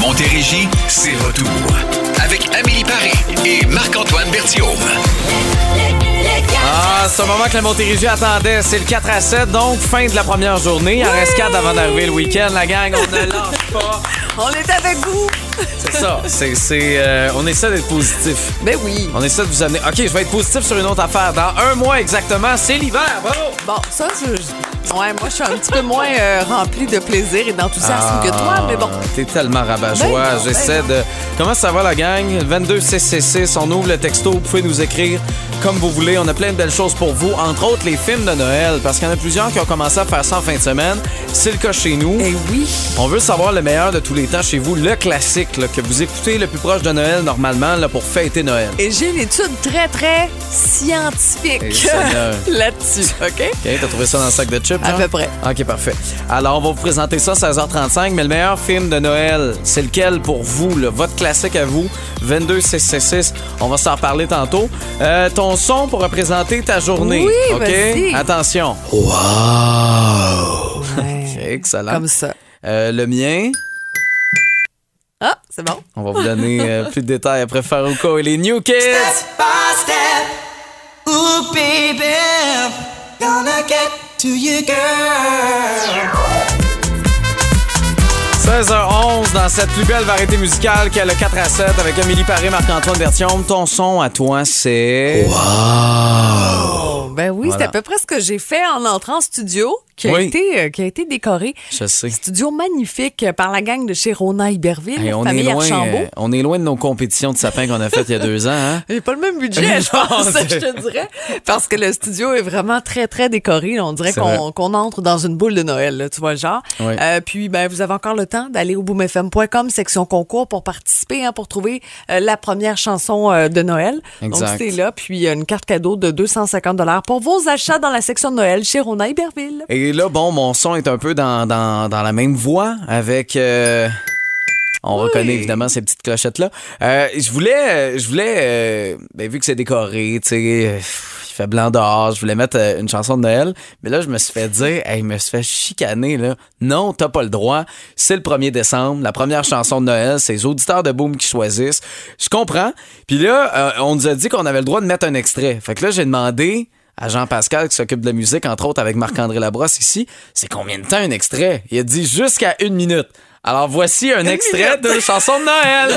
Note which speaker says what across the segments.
Speaker 1: Montérégie, c'est retour. Avec Amélie Paris et Marc-Antoine Berthiaume.
Speaker 2: Ah, c'est un moment que la Montérégie attendait. C'est le 4 à 7, donc fin de la première journée. En reste 4 avant d'arriver le week-end, la gang. On ne lâche pas.
Speaker 3: On est avec vous.
Speaker 2: C'est ça. C'est, c'est, euh, on essaie d'être positif.
Speaker 3: Ben oui.
Speaker 2: On essaie de vous amener. OK, je vais être positif sur une autre affaire. Dans un mois exactement, c'est l'hiver. Bravo!
Speaker 3: Bon, ça, je- je- ouais, moi, je suis un petit peu moins euh, remplie de plaisir et d'enthousiasme que toi, mais bon.
Speaker 2: Ah, T'es tellement rabat-joie.
Speaker 3: Ben non,
Speaker 2: J'essaie
Speaker 3: ben
Speaker 2: de. Comment ça va, la gang? 22666, on ouvre le texto. Vous pouvez nous écrire comme vous voulez. On a plein de belles choses pour vous, entre autres les films de Noël, parce qu'il y en a plusieurs qui ont commencé à faire ça en fin de semaine. C'est le cas chez nous.
Speaker 3: Eh oui.
Speaker 2: On veut savoir le meilleur de tous les temps chez vous, le classique là, que vous écoutez le plus proche de Noël normalement là, pour fêter Noël.
Speaker 3: Et j'ai une étude très,
Speaker 2: Eh,
Speaker 3: très scientifique
Speaker 2: Seigneur.
Speaker 3: là-dessus, OK?
Speaker 2: OK, t'as trouvé ça dans le sac de chips?
Speaker 3: À
Speaker 2: genre?
Speaker 3: peu près.
Speaker 2: OK, parfait. Alors, on va vous présenter ça à 16h35, mais le meilleur film de Noël, c'est lequel pour vous, là? votre classique à vous, 22666. On va s'en parler tantôt. Euh, ton son pour représenter ta journée.
Speaker 3: Oui,
Speaker 2: OK?
Speaker 3: vas-y.
Speaker 2: Attention.
Speaker 3: Ouais,
Speaker 2: Excellent.
Speaker 3: Comme ça.
Speaker 2: Euh, le mien,
Speaker 3: Ah, c'est bon.
Speaker 2: on va vous donner euh, plus de détails après Farouko et les New Kids.
Speaker 4: by step. Ooh, baby, gonna get to you, girl.
Speaker 2: 16h11 dans cette plus belle variété musicale qu'est le 4 à 7 avec Amélie Paré, Marc-Antoine Bertium. Ton son à toi, c'est...
Speaker 3: Ben oui,
Speaker 2: Voilà.
Speaker 3: c'est à peu près ce que j'ai fait en entrant en studio, qui a,
Speaker 2: Oui.
Speaker 3: été, euh, qui a été décoré.
Speaker 2: Je sais.
Speaker 3: Studio magnifique euh, par la gang de chez Rona Iberville,
Speaker 2: Hey, on, est
Speaker 3: famille
Speaker 2: loin,
Speaker 3: Archambault.
Speaker 2: euh, on est loin de nos compétitions de sapin qu'on a faites il y a deux ans. Hein?
Speaker 3: J'ai pas le même budget, je pense,
Speaker 2: Non, c'est-
Speaker 3: je te dirais. Parce que le studio est vraiment très, très décoré. On dirait
Speaker 2: C'est vrai.
Speaker 3: qu'on qu'on entre dans une boule de Noël, là, tu vois, le genre.
Speaker 2: Oui.
Speaker 3: Euh, puis, ben, vous avez encore le temps d'aller au boomfm.com, section concours, pour participer, hein, pour trouver euh, la première chanson euh, de Noël.
Speaker 2: Exact.
Speaker 3: Donc, c'est là. Puis, il y a une carte cadeau de 250 pour vos achats dans la section de Noël chez Rona Iberville.
Speaker 2: Et là, bon, mon son est un peu dans, dans, dans la même voie avec. euh, on reconnaît évidemment ces petites clochettes-là. Euh, je voulais, euh, je voulais euh, ben, vu que c'est décoré, tu sais, euh, il fait blanc dehors, je voulais mettre euh, une chanson de Noël. Mais là, je me suis fait dire, hey, je me suis fait chicaner, là. Non, t'as pas le droit. C'est le 1er décembre, la première chanson de Noël, c'est les auditeurs de Boom qui choisissent. Je comprends. Puis là, euh, on nous a dit qu'on avait le droit de mettre un extrait. Fait que là, j'ai demandé à Jean-Pascal qui s'occupe de la musique, entre autres avec Marc-André Labrosse ici, c'est combien de temps un extrait? Il a dit jusqu'à une minute. Alors voici un extrait de chanson de Noël.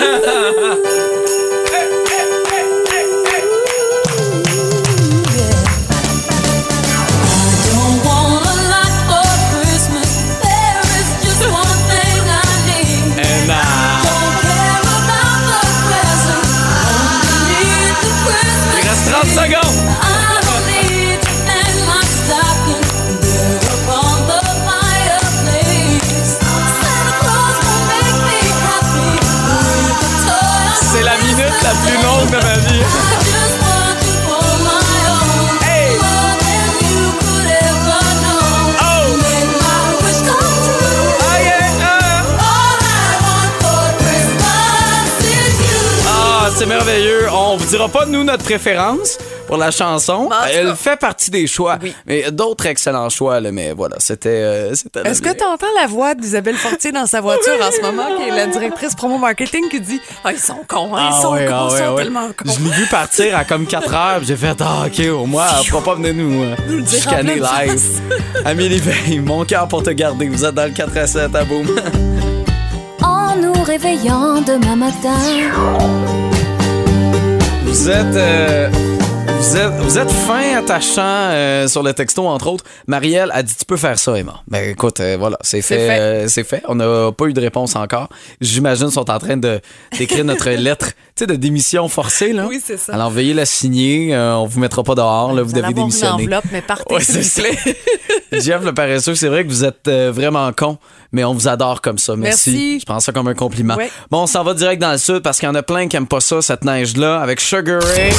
Speaker 5: Don't want a lot for Christmas. There is just one thing I need.
Speaker 2: And I-
Speaker 5: Don't care about the presents. Only need the Christmas.
Speaker 2: Il reste 30 secondes.
Speaker 5: I believe in my stocking. There upon the fireplace. Santa Claus will make me happy. With a toy on
Speaker 2: C'est la minute la plus longue de ma vie.
Speaker 5: I just want you for my own.
Speaker 2: Hey.
Speaker 5: More than you could ever know.
Speaker 2: Oh!
Speaker 5: Make my wish come true.
Speaker 2: Ah, yeah, ah.
Speaker 5: All I want for Christmas is you.
Speaker 2: Ah, c'est merveilleux. On vous dira pas, nous, notre préférence pour la chanson.
Speaker 3: tout cas-
Speaker 2: Elle fait partie des choix.
Speaker 3: Oui.
Speaker 2: Mais d'autres excellents choix, là, mais voilà, c'était... euh, c'était
Speaker 3: Est-ce que
Speaker 2: le mien.
Speaker 3: tu entends la voix d'Isabelle Fortier dans sa voiture en ce moment, qui est la directrice promo marketing, qui dit Ah, ils sont cons, hein, ils
Speaker 2: Ah
Speaker 3: sont
Speaker 2: ouais,
Speaker 3: cons,
Speaker 2: ah
Speaker 3: ils
Speaker 2: ouais,
Speaker 3: sont
Speaker 2: ouais.
Speaker 3: tellement cons.
Speaker 2: Je l'ai vu partir à comme 4 heures, puis j'ai fait Ah, OK, au moins, elle pourra pas venir nous, euh,
Speaker 3: le dire en
Speaker 2: chicaner
Speaker 3: pleine
Speaker 2: live. Amélie Veille, mon cœur pour te garder. Vous êtes dans le 4 à 7 à Boom.
Speaker 6: en nous réveillant demain matin.
Speaker 2: Vous êtes. euh, Vous êtes, vous êtes fin attachant euh, sur le texto, entre autres. Marielle a dit Tu peux faire ça, Emma. Ben écoute, euh, voilà, c'est fait.
Speaker 3: fait.
Speaker 2: euh, c'est fait. On n'a pas eu de réponse encore. J'imagine qu'ils sont en train de- d'écrire notre lettre tu sais, de démission forcée. Là.
Speaker 3: Oui, c'est ça.
Speaker 2: Alors veuillez la signer. euh, on vous mettra pas dehors. Là, vous
Speaker 3: allez
Speaker 2: devez
Speaker 3: avoir une
Speaker 2: démissionner.
Speaker 3: enveloppe, mais partez,
Speaker 2: Ouais,
Speaker 3: s'il vous
Speaker 2: c'est ça. Jeff le paresseux, c'est vrai que vous êtes euh, vraiment con, mais on vous adore comme ça. Merci.
Speaker 3: Merci.
Speaker 2: Je pense ça comme un compliment.
Speaker 3: Ouais.
Speaker 2: Bon, on s'en va direct dans le sud parce qu'il y en a plein qui aiment pas ça, cette neige-là, avec Sugar Ray.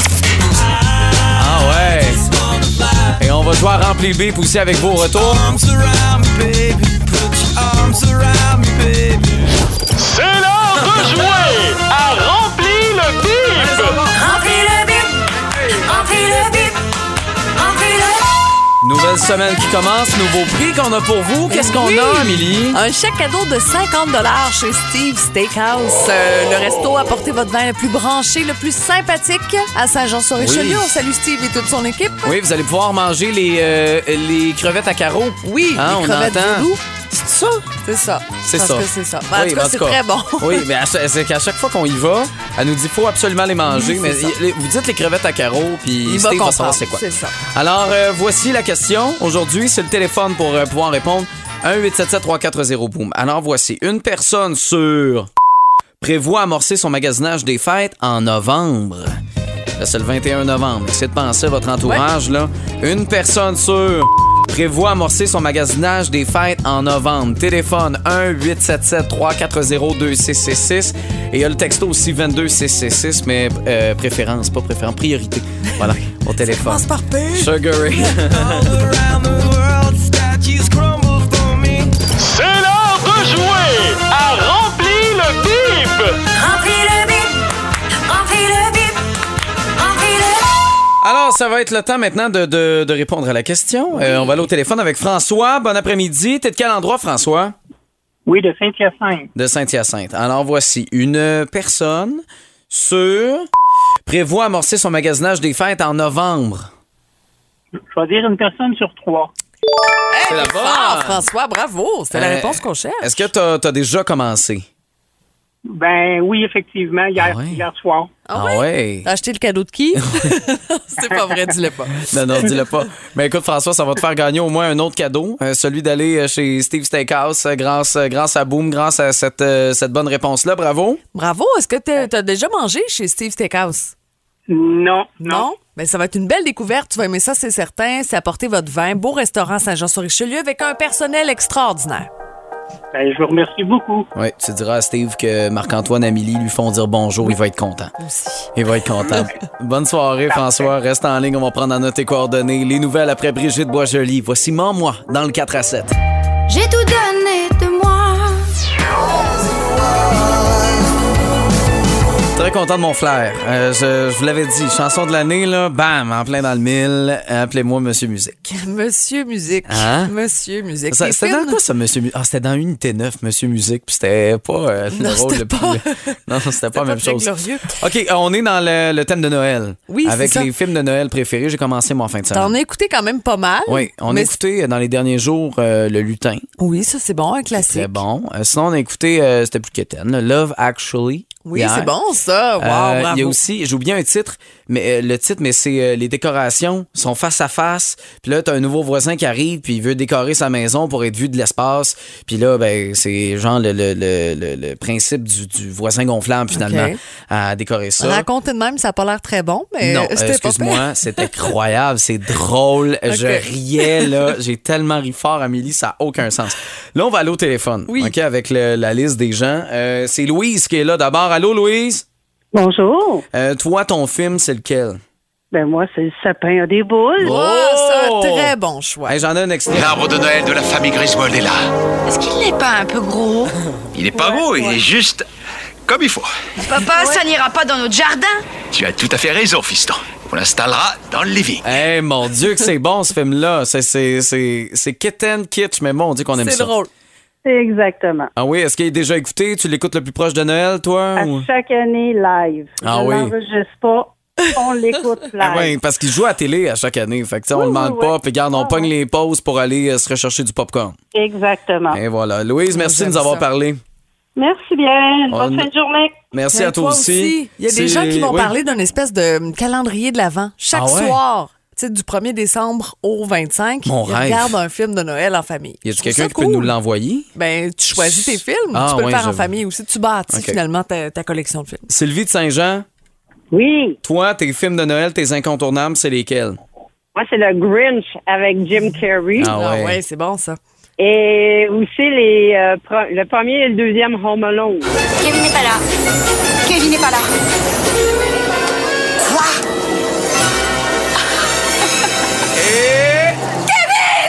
Speaker 2: Ah ouais! Et on va jouer à Rempli Beep aussi avec vos retours.
Speaker 5: Entrez le bip. Entrez le bip. Entrez le
Speaker 2: Nouvelle semaine qui commence. Nouveau prix qu'on a pour vous. Qu'est-ce qu'on
Speaker 3: Oui.
Speaker 2: a, Amélie? Ah.
Speaker 3: Un chèque cadeau de 50 chez Steve Steakhouse. Euh, le resto a porté votre vin le plus branché, le plus sympathique à Saint-Jean-sur-Richelieu.
Speaker 2: Oui.
Speaker 3: On salue Steve et toute son équipe.
Speaker 2: Oui, vous allez pouvoir manger les, euh, les crevettes à carreaux.
Speaker 3: Oui,
Speaker 2: Hein,
Speaker 3: les
Speaker 2: on
Speaker 3: crevettes
Speaker 2: entend.
Speaker 3: voodoo.
Speaker 2: C'est ça?
Speaker 3: C'est ça.
Speaker 2: C'est
Speaker 3: Je pense
Speaker 2: ça.
Speaker 3: que c'est ça. Ben, en
Speaker 2: Oui,
Speaker 3: tout cas,
Speaker 2: ben,
Speaker 3: c'est très bon.
Speaker 2: oui, mais à, cha- c'est qu'à chaque fois qu'on y va, elle nous dit faut absolument les manger. mais
Speaker 3: c'est ça.
Speaker 2: il- vous dites les crevettes à carreaux, puis
Speaker 3: Il
Speaker 2: Steve va
Speaker 3: va comprendre,
Speaker 2: savoir c'est quoi.
Speaker 3: c'est ça.
Speaker 2: Alors, euh, voici la question. Aujourd'hui, c'est le téléphone pour euh, pouvoir répondre. 1-877-340-BOOM. Alors, voici. Une personne sur prévoit amorcer son magasinage des fêtes en novembre. Là, c'est le 21 novembre. Essayez de penser à votre entourage, là. Une personne sur prévoit amorcer son magasinage des fêtes en novembre. Téléphone 1-877-340-2666. Et il y a le texto aussi 22666, mais euh, préférence, pas préférence, priorité. Voilà, au téléphone.
Speaker 3: Passe par P.
Speaker 2: Sugary.
Speaker 7: C'est l'heure de jouer à Remplis le bip
Speaker 5: Remplis le bip, remplis le bip, remplis le
Speaker 2: Alors, ça va être le temps maintenant de, de- de répondre à la question. Euh, on va aller au téléphone avec François. Bon après-midi. T'es de quel endroit, François?
Speaker 8: Oui, de Saint-Hyacinthe.
Speaker 2: de Saint-Hyacinthe. Alors voici une personne sur prévoit amorcer son magasinage des fêtes en novembre.
Speaker 8: Je vais dire une personne sur trois.
Speaker 2: C'est la
Speaker 3: Ah, François, bravo. C'était la
Speaker 2: Euh,
Speaker 3: réponse qu'on cherche.
Speaker 2: Est-ce que t'as as déjà commencé?
Speaker 8: Ben oui, effectivement, hier,
Speaker 2: Ah ouais.
Speaker 8: hier soir.
Speaker 2: Ah ouais?
Speaker 3: T'as acheté le cadeau de qui? c'est pas vrai, dis-le pas.
Speaker 2: Non, non, dis-le pas. Mais écoute, François, ça va te faire gagner au moins un autre cadeau, euh, celui d'aller euh, chez Steve Steakhouse euh, grâce, euh, grâce à Boom, grâce à cette, euh, cette bonne réponse-là. Bravo.
Speaker 3: Bravo, est-ce que t'as t'as déjà mangé chez Steve Steakhouse?
Speaker 8: Non, non.
Speaker 3: Non? Ben, ça va être une belle découverte. Tu vas aimer ça, c'est certain. C'est apporter votre vin. Beau restaurant Saint-Jean-sur-Richelieu avec un personnel extraordinaire.
Speaker 8: Ben, je vous remercie beaucoup.
Speaker 2: Oui, tu diras à Steve que Marc-Antoine et Amélie lui font dire bonjour, il va être content. Il va être content. Bonne soirée, François. Reste en ligne, on va prendre en note tes coordonnées. Les nouvelles après Brigitte Boisjoli. Voici mon moi dans le 4 à 7.
Speaker 6: J'ai tout donné de moi.
Speaker 2: Très content de mon flair. Euh, je, je vous l'avais dit, chanson de l'année, là, bam, en plein dans le mille. Appelez-moi Monsieur Musique.
Speaker 3: Monsieur Musique.
Speaker 2: Hein?
Speaker 3: Monsieur Musique.
Speaker 2: Ça-
Speaker 3: T'es
Speaker 2: C'était
Speaker 3: fine?
Speaker 2: dans quoi ça, Monsieur Musique? Ah, c'était dans Unité 9, Monsieur Musique, puis c'était pas euh, le
Speaker 3: Non,
Speaker 2: rôle
Speaker 3: c'était
Speaker 2: le plus.
Speaker 3: pas-
Speaker 2: Non, c'était pas la même
Speaker 3: très
Speaker 2: chose.
Speaker 3: glorieux.
Speaker 2: OK, euh, on est dans le, le thème de Noël.
Speaker 3: Oui, c'est
Speaker 2: Avec
Speaker 3: ça.
Speaker 2: les films de Noël préférés, j'ai commencé mon fin de semaine.
Speaker 3: T'en as écouté quand même pas mal.
Speaker 2: Oui, on a
Speaker 3: Mais-
Speaker 2: écouté euh, dans les derniers jours euh, Le Lutin.
Speaker 3: Oui, ça, c'est bon, un classique.
Speaker 2: Très bon. Euh, sinon, on a écouté, euh, c'était plus qu'éterne, là, Love Actually.
Speaker 3: Oui,
Speaker 2: hier.
Speaker 3: c'est bon, ça. Wow,
Speaker 2: Euh,
Speaker 3: bravo.
Speaker 2: il y a aussi, j'oublie un titre, mais euh, le titre, mais c'est euh, les décorations sont face à face. Puis là, t'as un nouveau voisin qui arrive, puis il veut décorer sa maison pour être vu de l'espace. Puis là, ben, c'est genre le, le- le- le- le principe du, du voisin gonflable finalement
Speaker 3: Ok.
Speaker 2: à décorer ça.
Speaker 3: Raconté de même, ça n'a pas l'air très bon, mais
Speaker 2: Non,
Speaker 3: euh,
Speaker 2: euh,
Speaker 3: c'était pas pire.
Speaker 2: excuse-moi, c'est incroyable, c'est drôle. Je
Speaker 3: Ok.
Speaker 2: riais, là. J'ai tellement ri fort, Amélie, ça n'a aucun sens. Là, on va aller au téléphone,
Speaker 3: Oui.
Speaker 2: OK, avec le- la liste des gens. Euh, c'est Louise qui est là d'abord. Allô, Louise?
Speaker 9: Bonjour.
Speaker 2: Euh, toi, ton film, c'est lequel?
Speaker 9: Ben moi, c'est le sapin à des boules.
Speaker 3: Oh, c'est un très bon choix.
Speaker 2: Hey, J'en ai un extrait.
Speaker 1: L'arbre de Noël de la famille Griswold est là.
Speaker 10: Est-ce qu'il n'est pas un peu gros
Speaker 1: Il est pas beau, il est juste comme il faut.
Speaker 10: Papa, ça n'ira pas dans notre jardin
Speaker 1: Tu as tout à fait raison, fiston. On l'installera dans le living.
Speaker 2: Hey, mon Dieu, que c'est bon, ce film-là. C'est- C'est c'est- c'est kitten kitsch, mais mon Dieu qu'on aime
Speaker 3: C'est
Speaker 2: ça.
Speaker 3: drôle.
Speaker 9: Exactement.
Speaker 2: Ah oui, est-ce qu'il est déjà écouté? Tu l'écoutes le plus proche de Noël, toi?
Speaker 9: À
Speaker 2: ou-
Speaker 9: chaque année, live.
Speaker 2: Ah
Speaker 9: Je
Speaker 2: oui.
Speaker 9: l'enregistre pas. On l'écoute live.
Speaker 2: Ah ouais, parce qu'il joue à la télé à chaque année. Fait que, tu sais, on
Speaker 9: Oui,
Speaker 2: le
Speaker 9: oui,
Speaker 2: manque
Speaker 9: oui.
Speaker 2: pas. Puis, regarde, on
Speaker 9: Ah,
Speaker 2: pogne
Speaker 9: ouais.
Speaker 2: les pauses pour aller euh, se rechercher du popcorn.
Speaker 9: Exactement.
Speaker 2: Et voilà. Louise, merci de
Speaker 3: Ah. j'aime
Speaker 2: nous avoir
Speaker 3: ça.
Speaker 2: parlé.
Speaker 9: Merci bien.
Speaker 2: On-
Speaker 9: Bonne fin de journée.
Speaker 2: Merci
Speaker 3: Mais
Speaker 2: à toi, aussi.
Speaker 3: Il y a des
Speaker 2: C'est-
Speaker 3: gens qui vont
Speaker 2: oui.
Speaker 3: parler d'un espèce de calendrier de l'Avent. Chaque
Speaker 2: Ah ouais?
Speaker 3: soir, tu sais, du 1er décembre au 25,
Speaker 2: Mon
Speaker 3: ils
Speaker 2: rêve.
Speaker 3: regardent un film de Noël en famille.
Speaker 2: Y a
Speaker 3: Je trouve
Speaker 2: quelqu'un
Speaker 3: ça
Speaker 2: qui
Speaker 3: cool.
Speaker 2: peut nous l'envoyer?
Speaker 3: Ben, tu choisis tes films.
Speaker 2: Ah,
Speaker 3: tu peux
Speaker 2: ouais,
Speaker 3: le faire en
Speaker 2: j'avoue.
Speaker 3: famille aussi. Tu bâtis
Speaker 2: Ok.
Speaker 3: finalement ta, ta collection de films.
Speaker 2: Sylvie de Saint-Jean,
Speaker 9: Oui.
Speaker 2: toi, tes films de Noël, tes incontournables, c'est lesquels?
Speaker 9: Moi, c'est le Grinch avec Jim Carrey.
Speaker 2: Ah ouais.
Speaker 3: c'est bon ça.
Speaker 9: Et aussi les, euh, pro- le premier et le deuxième Home Alone.
Speaker 10: Kevin n'est pas là. Kevin n'est pas là.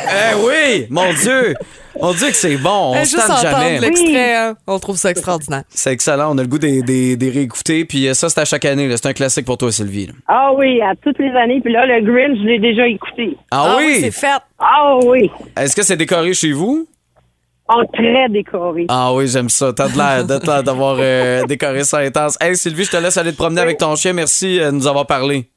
Speaker 2: Eh oui! Mon Dieu! On dit que c'est bon, on
Speaker 3: Euh,
Speaker 2: se
Speaker 3: Juste
Speaker 2: tente
Speaker 3: entendre
Speaker 2: jamais.
Speaker 3: l'extrait, hein, on trouve ça extraordinaire.
Speaker 2: C'est excellent, on a le goût des, des, des réécouter. Puis euh, ça, c'est à chaque année. là. C'est un classique pour toi, Sylvie. là.
Speaker 9: Ah oui, à toutes les années. Puis là, le Grinch, je l'ai déjà écouté.
Speaker 2: Ah Ah oui? oui, c'est
Speaker 3: fait.
Speaker 9: Ah oui,
Speaker 2: Est-ce que c'est décoré chez vous?
Speaker 9: on très décoré.
Speaker 2: Ah oui, j'aime ça. T'as de l'air de l'air d'avoir euh, décoré ça intense. Hey, Sylvie, je te laisse aller te promener avec ton chien. Merci euh, de nous avoir parlé.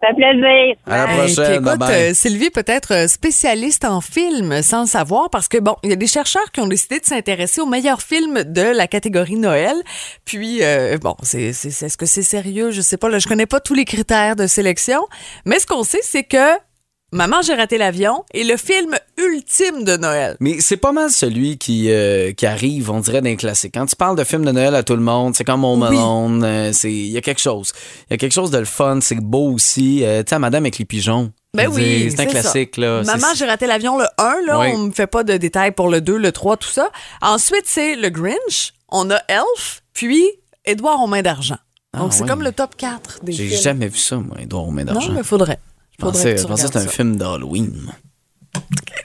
Speaker 9: Ça fait plaisir.
Speaker 11: Ben,
Speaker 2: À la
Speaker 3: Hey,
Speaker 2: prochaine.
Speaker 3: puis écoute,
Speaker 2: bye-bye.
Speaker 3: euh, Sylvie peut être euh, spécialiste en films sans le savoir parce que bon, il y a des chercheurs qui ont décidé de s'intéresser aux meilleurs films de la catégorie Noël. Puis euh, bon, c'est c'est- c'est- est-ce que c'est sérieux Je sais pas. Là, je connais pas tous les critères de sélection, mais ce qu'on sait, c'est que Maman j'ai raté l'avion est le film ultime de Noël.
Speaker 2: Mais c'est pas mal celui qui, euh, qui arrive, on dirait, d'un classique. Quand tu parles de films de Noël à tout le monde, c'est comme Home
Speaker 3: Oui.
Speaker 2: Alone, euh, c'est il y a quelque chose. Il y a quelque chose de le fun, c'est beau aussi. Euh, tu sais, Madame avec les pigeons.
Speaker 3: Ben
Speaker 2: Je veux
Speaker 3: oui,
Speaker 2: dire, c'est un
Speaker 3: ça.
Speaker 2: classique là. Euh, C'est-
Speaker 3: Maman, j'ai raté l'avion le 1, là,
Speaker 2: Oui.
Speaker 3: on me fait pas de détails pour le 2, le 3, tout ça. Ensuite, c'est le Grinch, on a Elf, puis Édouard aux mains d'argent.
Speaker 2: Ah,
Speaker 3: Donc c'est
Speaker 2: oui.
Speaker 3: comme le top 4 des
Speaker 2: J'ai
Speaker 3: films.
Speaker 2: jamais vu ça, moi, Edouard Romain
Speaker 3: Non,
Speaker 2: d'argent.
Speaker 3: mais faudrait.
Speaker 2: Je pensais,
Speaker 3: que tu
Speaker 2: je pensais que c'était un
Speaker 3: regardes ça.
Speaker 2: film d'Halloween.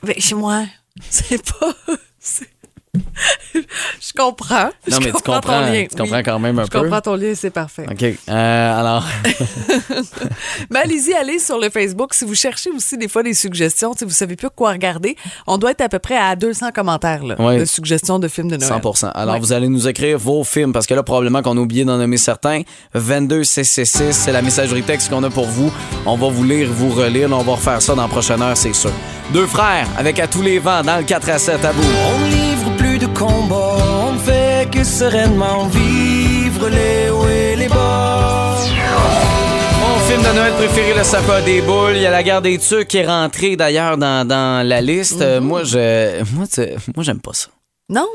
Speaker 3: Ben, chez moi, c'est pas c'est- je comprends.
Speaker 2: Non,
Speaker 3: je
Speaker 2: mais tu
Speaker 3: comprends ton
Speaker 2: comprends,
Speaker 3: lien,
Speaker 2: tu comprends quand même un
Speaker 3: je
Speaker 2: peu.
Speaker 3: comprends ton lien, c'est parfait.
Speaker 2: OK. Euh, alors,
Speaker 3: Mais allez-y, allez sur le Facebook. Si vous cherchez aussi des fois des suggestions, si vous savez plus quoi regarder, on doit être à peu près à 200 commentaires là,
Speaker 2: Ouais.
Speaker 3: de suggestions de films de Noël.
Speaker 2: 100 Alors,
Speaker 3: Ouais.
Speaker 2: vous allez nous écrire vos films parce que là, probablement qu'on a oublié d'en nommer certains. 22666, c'est la messagerie texte qu'on a pour vous. On va vous lire, vous relire. Là, on va refaire ça dans la prochaine heure, c'est sûr. Deux frères avec À tous les vents dans le 4 à 7 à vous.
Speaker 12: On livre plus de combats, on ne fait que sereinement vivre les hauts et les bas.
Speaker 2: Mon film de Noël préféré, le sapin des boules. Il y a la guerre des tucs qui est rentrée d'ailleurs dans, dans la liste.
Speaker 3: Mm-hmm.
Speaker 2: Euh, Moi, je, moi, tu- moi, j'aime pas ça.
Speaker 3: Non,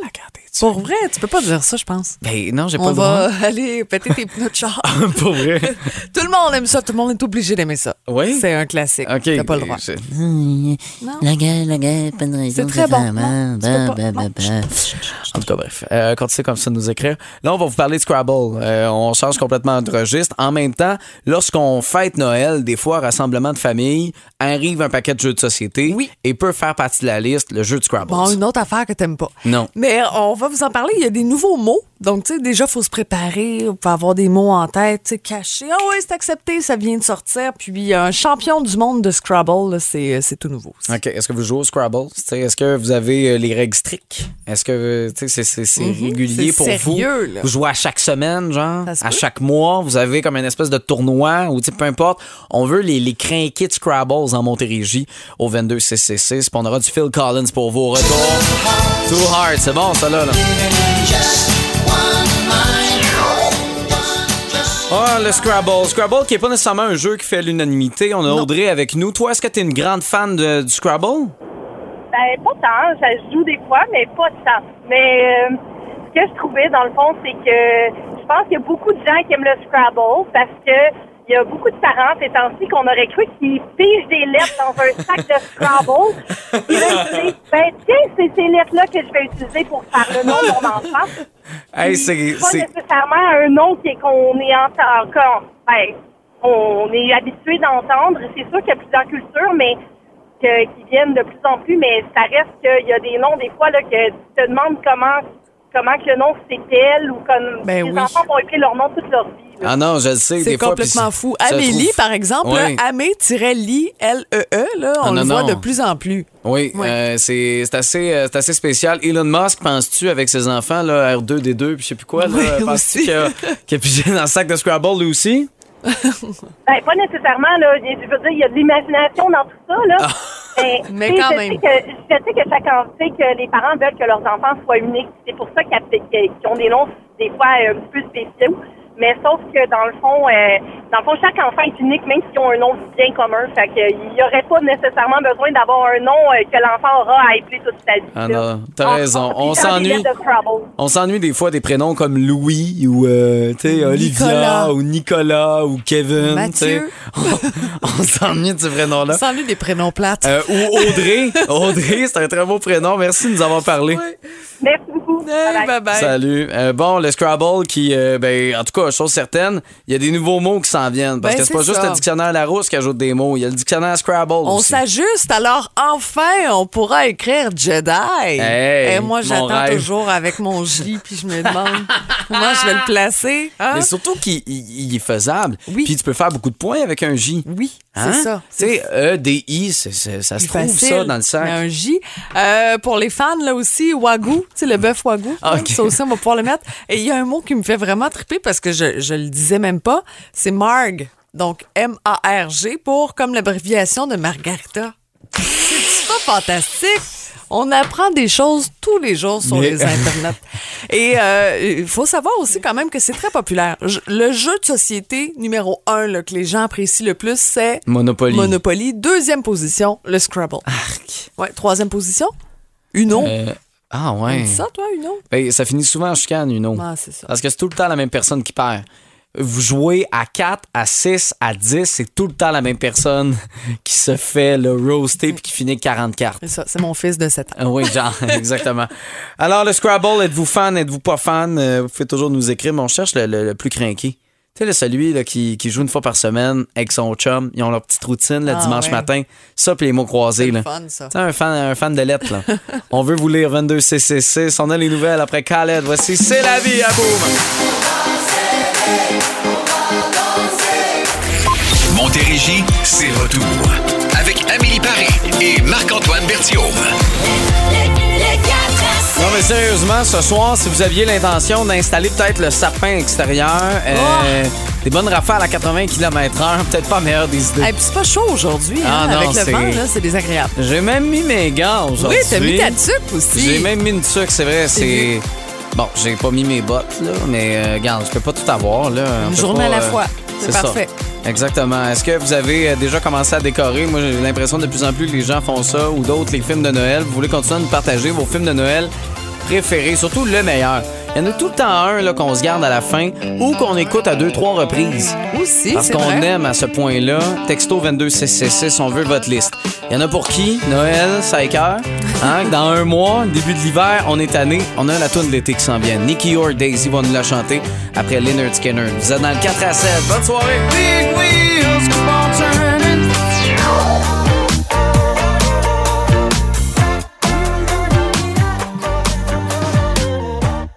Speaker 3: pour vrai, tu peux pas dire ça, je pense.
Speaker 2: Ben non, j'ai pas
Speaker 3: On
Speaker 2: le droit.
Speaker 3: va aller péter tes pneus de char.
Speaker 2: Pour vrai.
Speaker 3: tout le monde aime ça, tout le monde est obligé d'aimer ça.
Speaker 2: Oui.
Speaker 3: C'est un classique.
Speaker 2: Ok.
Speaker 3: T'as pas le droit.
Speaker 2: C'est-
Speaker 13: La gueule, la gueule, pas de raison.
Speaker 3: C'est très
Speaker 13: de
Speaker 3: bon.
Speaker 13: faire mal.
Speaker 3: Non,
Speaker 13: Bah, bah, bah, bah.
Speaker 2: En tout cas, bref. Euh, continuez comme ça de nous écrire. Là, on va vous parler de Scrabble. Euh, on change complètement de registre. En même temps, lorsqu'on fête Noël, des fois, rassemblement de famille, arrive un paquet de jeux de société et peut faire partie de la liste le jeu de Scrabble.
Speaker 3: Bon, une autre affaire que t'aimes pas.
Speaker 2: Non.
Speaker 3: Mais on va vous en parler. Il y a des nouveaux mots. Donc, tu sais, déjà, faut se préparer. On peut avoir des mots en tête, tu sais, cachés. Ah oui, c'est accepté, ça vient de sortir. Puis, un champion du monde de Scrabble, là, c'est euh, c'est tout nouveau.
Speaker 2: OK. Est-ce que vous jouez au Scrabble? Tu sais, Est-ce que vous avez euh, les règles strictes? Est-ce que euh, tu sais, c'est c'est- c'est régulier
Speaker 3: Mhm, C'est
Speaker 2: pour
Speaker 3: sérieux,
Speaker 2: vous?
Speaker 3: là.
Speaker 2: Vous jouez à chaque semaine, genre?
Speaker 3: se
Speaker 2: À
Speaker 3: peut.
Speaker 2: chaque mois, vous avez comme une espèce de tournoi ou tu sais, peu importe. On veut les, les crinqués de Scrabbles en Montérégie au 22 CCC. on aura du Phil Collins pour vos retours. Too hard, c'est bon, ça là. là. Ah, le Scrabble. Scrabble qui est pas nécessairement un jeu qui fait l'unanimité. On a Audrey avec nous. Toi, est-ce que tu es une grande fan de- du Scrabble?
Speaker 11: Ben, pas tant. Ça se joue des fois, mais pas tant. Mais euh, ce que je trouvais, dans le fond, c'est que je pense qu'il y a beaucoup de gens qui aiment le Scrabble parce que il y a beaucoup de parents ces temps-ci qu'on aurait cru qu'ils pigent des lettres dans un sac de Scrabble. Puis là, ils se disent, ben, tiens, c'est ces lettres-là que je vais utiliser pour faire le nom de mon enfant.
Speaker 2: Hey, c'est.
Speaker 11: Pas
Speaker 2: c'est-
Speaker 11: nécessairement un nom qui est qu'on est entend- qu'on- ben, on est habitué d'entendre. C'est sûr qu'il y a plusieurs cultures, mais que- qui viennent de plus en plus, mais ça reste qu'il y a des noms des fois là, que tu te demandes comment comment que le nom s'appelle ou comme
Speaker 3: Ben
Speaker 11: les
Speaker 3: oui.
Speaker 11: enfants vont appeler leur nom toute leur vie.
Speaker 2: Ah non, je le sais.
Speaker 3: C'est
Speaker 2: des fois,
Speaker 3: complètement
Speaker 2: puis
Speaker 3: fou.
Speaker 2: ça
Speaker 3: Amélie,
Speaker 2: trouve-
Speaker 3: par exemple,
Speaker 2: Ouais.
Speaker 3: là, Amé-Li, L-E-E, là, on
Speaker 2: Ah,
Speaker 3: le
Speaker 2: non,
Speaker 3: voit
Speaker 2: non.
Speaker 3: de plus en plus.
Speaker 2: Oui, euh, c'est c'est assez, euh, c'est assez spécial. Elon Musk, penses-tu, avec ses enfants, là, R2D2, puis je sais plus quoi, là,
Speaker 11: Oui,
Speaker 2: penses-tu qu'il a, qu'il a pigé dans le sac de Scrabble, lui aussi?
Speaker 11: Ben, pas nécessairement, là. Je veux dire, il y a de l'imagination dans tout ça,
Speaker 2: Ah.
Speaker 11: là. Mais,
Speaker 3: Mais
Speaker 11: tu sais,
Speaker 3: quand
Speaker 11: je
Speaker 3: même.
Speaker 11: Sais que, je sais que chaque enfant, tu sais, que les parents veulent que leurs enfants soient uniques. C'est pour ça qu'ils app- qu'ils ont des noms, des fois, euh, un peu spéciaux. Mais sauf que, dans le fond, euh, dans le fond, chaque enfant est unique, même s'ils ont un nom bien commun. Fait qu'il n'y aurait pas nécessairement besoin d'avoir un nom euh, que l'enfant aura à appeler toute sa vie.
Speaker 2: Ah non, t'as raison. On
Speaker 11: Dans les
Speaker 2: s'ennuie.
Speaker 11: lettres de Scrabble.
Speaker 2: On s'ennuie des fois des prénoms comme Louis ou euh, tu sais, Olivia
Speaker 3: Nicolas.
Speaker 2: ou Nicolas ou Kevin. tu sais.
Speaker 3: Mathieu.
Speaker 2: On s'ennuie de ces
Speaker 3: On
Speaker 2: prénoms-là.
Speaker 3: s'ennuie des prénoms plates.
Speaker 2: Euh, ou Audrey. Audrey, c'est un très beau prénom. Merci de nous avoir parlé.
Speaker 11: Merci beaucoup. beaucoup.
Speaker 3: Ah, bye.
Speaker 2: Salut. Euh, bon, le Scrabble qui, euh, ben, en tout cas, chose certaine, il y a des nouveaux mots qui s'en viennent. Parce
Speaker 3: Ben,
Speaker 2: que c'est pas
Speaker 3: c'est
Speaker 2: juste
Speaker 3: ça.
Speaker 2: le dictionnaire Larousse qui ajoute des mots. Il y a le dictionnaire Scrabble
Speaker 3: On
Speaker 2: aussi.
Speaker 3: s'ajuste, alors enfin, on pourra écrire Jedi.
Speaker 2: Hey,
Speaker 3: Et moi,
Speaker 2: mon
Speaker 3: j'attends
Speaker 2: rêve.
Speaker 3: toujours avec mon J, puis je me demande comment je vais le placer. hein?
Speaker 2: Mais surtout qu'il il- il est faisable. Puis tu peux faire beaucoup de points avec un J. Hein?
Speaker 3: Oui, c'est ça.
Speaker 2: Tu sais, E, D, I, c'est- c'est- ça se
Speaker 3: Plus
Speaker 2: trouve
Speaker 3: facile.
Speaker 2: ça dans le sac.
Speaker 3: Il y a un J. Euh, pour les fans, là aussi, Wagyu, tu sais, le bœuf Wagyu.
Speaker 2: Ah,
Speaker 3: là,
Speaker 2: ok.
Speaker 3: Ça aussi, on va pouvoir le mettre. Et il y a un mot qui me fait vraiment triper parce que je, je le disais même pas. C'est Marg. Donc, M-A-R-G pour comme l'abréviation de Margarita. C'est pas fantastique. On apprend des choses tous les jours sur
Speaker 14: Mais-
Speaker 3: les internets. Et euh, il faut savoir aussi quand même que c'est très populaire. Je- le jeu de société numéro un là, que les gens apprécient le plus, c'est
Speaker 2: Monopoly.
Speaker 3: Monopoly. Deuxième position, le Scrabble. Ouais, troisième position, Uno.
Speaker 2: Euh, ah ouais.
Speaker 3: On dit ça, toi, Uno?
Speaker 2: Ben, ça finit souvent en chicane, une autre.
Speaker 3: Ah, c'est ça.
Speaker 2: Parce que c'est tout le temps la même personne qui perd. Vous jouez à 4, à 6, à 10, c'est tout le temps la même personne qui se fait le roaster puis qui finit 40 cartes.
Speaker 3: C'est ça, c'est mon fils de 7 ans.
Speaker 2: Ah Oui, genre, exactement. Alors, le Scrabble, êtes-vous fan, êtes-vous pas fan? Euh, Vous pouvez toujours nous écrire, mais on cherche le, le- le plus crinqué. Tu sais, là, celui là, qui, qui joue une fois par semaine avec son chum, ils ont leur petite routine le
Speaker 3: Ah,
Speaker 2: dimanche
Speaker 3: ouais.
Speaker 2: matin. Ça, puis les mots croisés. là.
Speaker 3: fun, ça.
Speaker 2: Tu sais, un fan, un fan de lettres. là. on veut vous lire 22666. On a les nouvelles après Khaled. Voici C'est la vie à boum.
Speaker 1: Montérégie, c'est retour. Avec Amélie Paris et Marc-Antoine Bertiaume.
Speaker 2: Non, mais sérieusement, ce soir, si vous aviez l'intention d'installer peut-être le sapin extérieur, euh,
Speaker 3: Oh!
Speaker 2: des bonnes rafales à 80 km/h, peut-être pas meilleure des idées.
Speaker 3: Et puis c'est pas chaud aujourd'hui,
Speaker 2: Ah
Speaker 3: hein,
Speaker 2: non,
Speaker 3: avec le
Speaker 2: c'est-
Speaker 3: vent, là, c'est désagréable.
Speaker 2: J'ai même mis mes gants aujourd'hui.
Speaker 3: Oui, t'as mis ta tuque aussi.
Speaker 2: J'ai même mis une tuque, c'est vrai. C'est
Speaker 3: J'ai
Speaker 2: bon, j'ai pas mis mes bottes là, mais euh, regarde, je peux pas tout avoir là. On
Speaker 3: Une
Speaker 2: peut
Speaker 3: journée
Speaker 2: pas,
Speaker 3: à la
Speaker 2: euh,
Speaker 3: fois. C'est
Speaker 2: ça.
Speaker 3: parfait.
Speaker 2: Exactement. Est-ce que vous avez euh, déjà commencé à décorer? Moi, j'ai l'impression que de plus en plus les gens font ça ou d'autres, les films de Noël. Vous voulez continuer à nous partager vos films de Noël préférés, surtout le meilleur. Il y en a tout le temps un là, qu'on se garde à la fin ou qu'on écoute à deux, trois reprises.
Speaker 3: Aussi,
Speaker 2: Parce
Speaker 3: c'est
Speaker 2: qu'on
Speaker 3: vrai.
Speaker 2: aime à ce point-là. Texto 22666, on veut votre liste. Il y en a pour qui? Noël, ça écoeure. Hein, que dans un mois, le début de l'hiver, on est tanné. On a la toune d'été qui s'en vient. Nicky Or Daisy vont nous la chanter après Leonard Skinner. Vous êtes dans le 4 à 7. Bonne soirée. Big wheels keep on turning.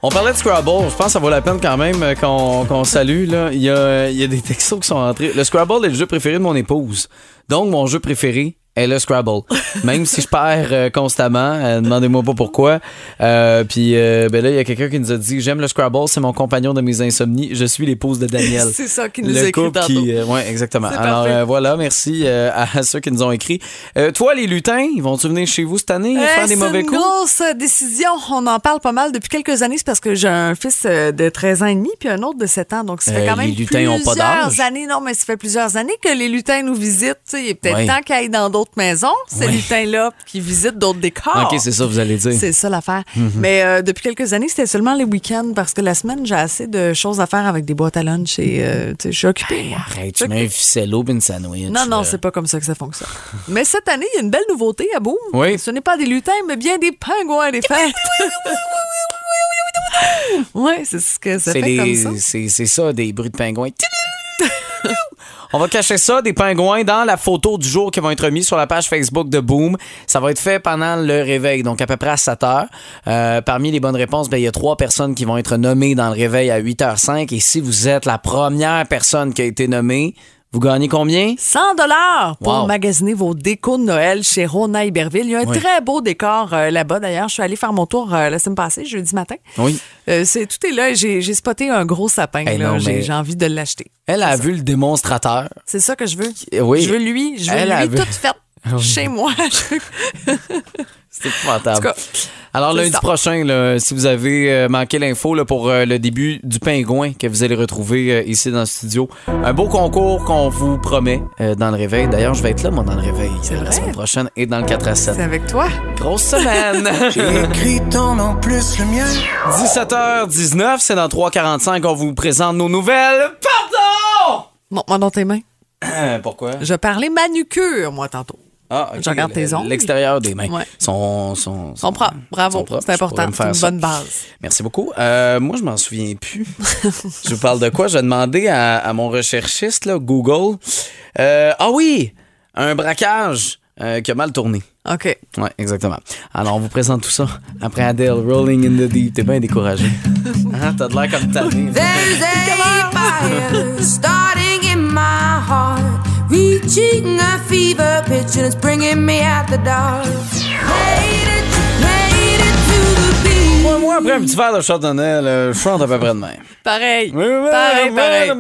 Speaker 2: On parlait de Scrabble. Je pense que ça vaut la peine quand même euh, qu'on qu'on salue. Là. Il, y a, euh, il y a des textos qui sont entrés. Le Scrabble est le jeu préféré de mon épouse. Donc, mon jeu préféré est le Scrabble. Même si je perds euh, constamment, euh, demandez-moi pas pourquoi. Euh, Puis euh, ben là, il y a quelqu'un qui nous a dit J'aime le Scrabble, c'est mon compagnon de mes insomnies. Je suis l'épouse de Daniel.
Speaker 3: C'est ça qui nous
Speaker 2: le
Speaker 3: a écrit
Speaker 2: couple
Speaker 3: tantôt.
Speaker 2: qui, euh, ouais, exactement.
Speaker 3: C'est
Speaker 2: Alors
Speaker 3: parfait.
Speaker 2: euh, voilà, merci euh, à ceux qui nous ont écrit. Euh, toi, les lutins, ils vont-tu venir chez vous cette année
Speaker 3: Eh,
Speaker 2: faire
Speaker 3: c'est
Speaker 2: des mauvais
Speaker 3: une
Speaker 2: coups?
Speaker 3: grosse euh, décision. On en parle pas mal depuis quelques années. C'est parce que j'ai un fils euh, de 13 ans et demi puis un autre de 7 ans. Donc, ça fait
Speaker 2: Euh,
Speaker 3: quand même
Speaker 2: les lutins
Speaker 3: plusieurs
Speaker 2: ont pas d'âge.
Speaker 3: années. Non, mais ça fait plusieurs années que les lutins nous visitent. Tu sais, Il est peut-être
Speaker 2: Ouais.
Speaker 3: temps qu'ils aillent dans d'autres maisons,
Speaker 2: Ouais.
Speaker 3: ces lutins-là, qui visitent d'autres décors.
Speaker 2: Ok, c'est ça, vous allez dire.
Speaker 3: C'est ça l'affaire.
Speaker 2: Mhm.
Speaker 3: Mais euh, depuis quelques années, c'était seulement les week-ends parce que la semaine, j'ai assez de choses à faire avec des boîtes à lunch et euh, tu sais, je suis occupée. moi.
Speaker 2: Arrête, tu mets un ficello pis une sandwich.
Speaker 3: Non, non,
Speaker 2: là.
Speaker 3: c'est pas comme ça que ça fonctionne. mais cette année, il y a une belle nouveauté à Boom.
Speaker 2: Oui.
Speaker 3: Ce n'est pas des lutins, mais bien des pingouins des fêtes. oui, c'est ce que ça
Speaker 2: C'est
Speaker 3: fait comme ça.
Speaker 2: des- C'est c'est ça, des bruits de pingouins. On va cacher ça, des pingouins, dans la photo du jour qui vont être mis sur la page Facebook de Boom. Ça va être fait pendant le réveil, donc à peu près à 7 heures. Euh, parmi les bonnes réponses, ben, il y a trois personnes qui vont être nommées dans le réveil à 8h05. Et si vous êtes la première personne qui a été nommée, vous gagnez combien?
Speaker 3: 100 dollars pour
Speaker 2: Wow.
Speaker 3: magasiner vos décos de Noël chez Rona Iberville. Il y a un
Speaker 2: Oui.
Speaker 3: très beau décor euh, là-bas. D'ailleurs, je suis allée faire mon tour euh, la semaine passée, jeudi matin.
Speaker 2: Oui.
Speaker 3: Euh, c'est, tout est là. J'ai, j'ai spoté un gros sapin.
Speaker 2: Eh
Speaker 3: là.
Speaker 2: non,
Speaker 3: J'ai-
Speaker 2: mais-
Speaker 3: j'ai envie de l'acheter.
Speaker 2: Elle a vu le démonstrateur.
Speaker 3: C'est ça que je veux.
Speaker 2: Eh oui.
Speaker 3: Je veux lui. Je veux
Speaker 2: Elle a
Speaker 3: lui
Speaker 2: vu-
Speaker 3: toute faite
Speaker 2: Oui. Ah
Speaker 3: chez moi. Je veux
Speaker 2: C'est épouvantable.
Speaker 3: En tout cas,
Speaker 2: Alors,
Speaker 3: c'est
Speaker 2: lundi
Speaker 3: ça.
Speaker 2: prochain, là, si vous avez euh, manqué l'info là, pour euh, le début du pingouin que vous allez retrouver euh, ici dans le studio, un beau concours qu'on vous promet euh, dans le réveil. D'ailleurs, je vais être là, moi, dans le réveil euh, la semaine prochaine et dans le 4 à 7.
Speaker 3: C'est avec toi.
Speaker 2: Grosse semaine.
Speaker 12: J'ai écrit ton nom plus le mien.
Speaker 2: 17h19, c'est dans 3h45 qu'on vous présente nos nouvelles. Pardon!
Speaker 3: Montre-moi dans tes mains.
Speaker 2: Pourquoi?
Speaker 3: Je parlais manucure, moi, tantôt.
Speaker 2: Ah, ok,
Speaker 3: Je regarde tes
Speaker 2: le-
Speaker 3: ongles.
Speaker 2: L'extérieur des mains.
Speaker 3: Ouais.
Speaker 2: Sont, sont,
Speaker 3: Sont propres. Bravo.
Speaker 2: sont propres.
Speaker 3: C'est
Speaker 2: Je pourrais
Speaker 3: important.
Speaker 2: me faire
Speaker 3: C'est une
Speaker 2: ça.
Speaker 3: bonne base.
Speaker 2: Merci beaucoup. Euh, moi, je m'en souviens plus. je vous parle de quoi? Je vais demander à, à mon recherchiste, là, Google. Euh, ah oui! Un braquage euh, qui a mal tourné.
Speaker 3: OK.
Speaker 2: Ouais, exactement. Alors, on vous présente tout ça après Adele, Rolling in the Deep. T'es bien découragé. Hein, T'as de l'air comme tanné.
Speaker 14: There's a fire starting in my heart, reaching a fever pitch, and it's bringing me out the dark.
Speaker 2: Moi, moi, après un petit verre de chardonnay, là, je chante à peu près de même.
Speaker 3: Pareil. Pareil, pareil.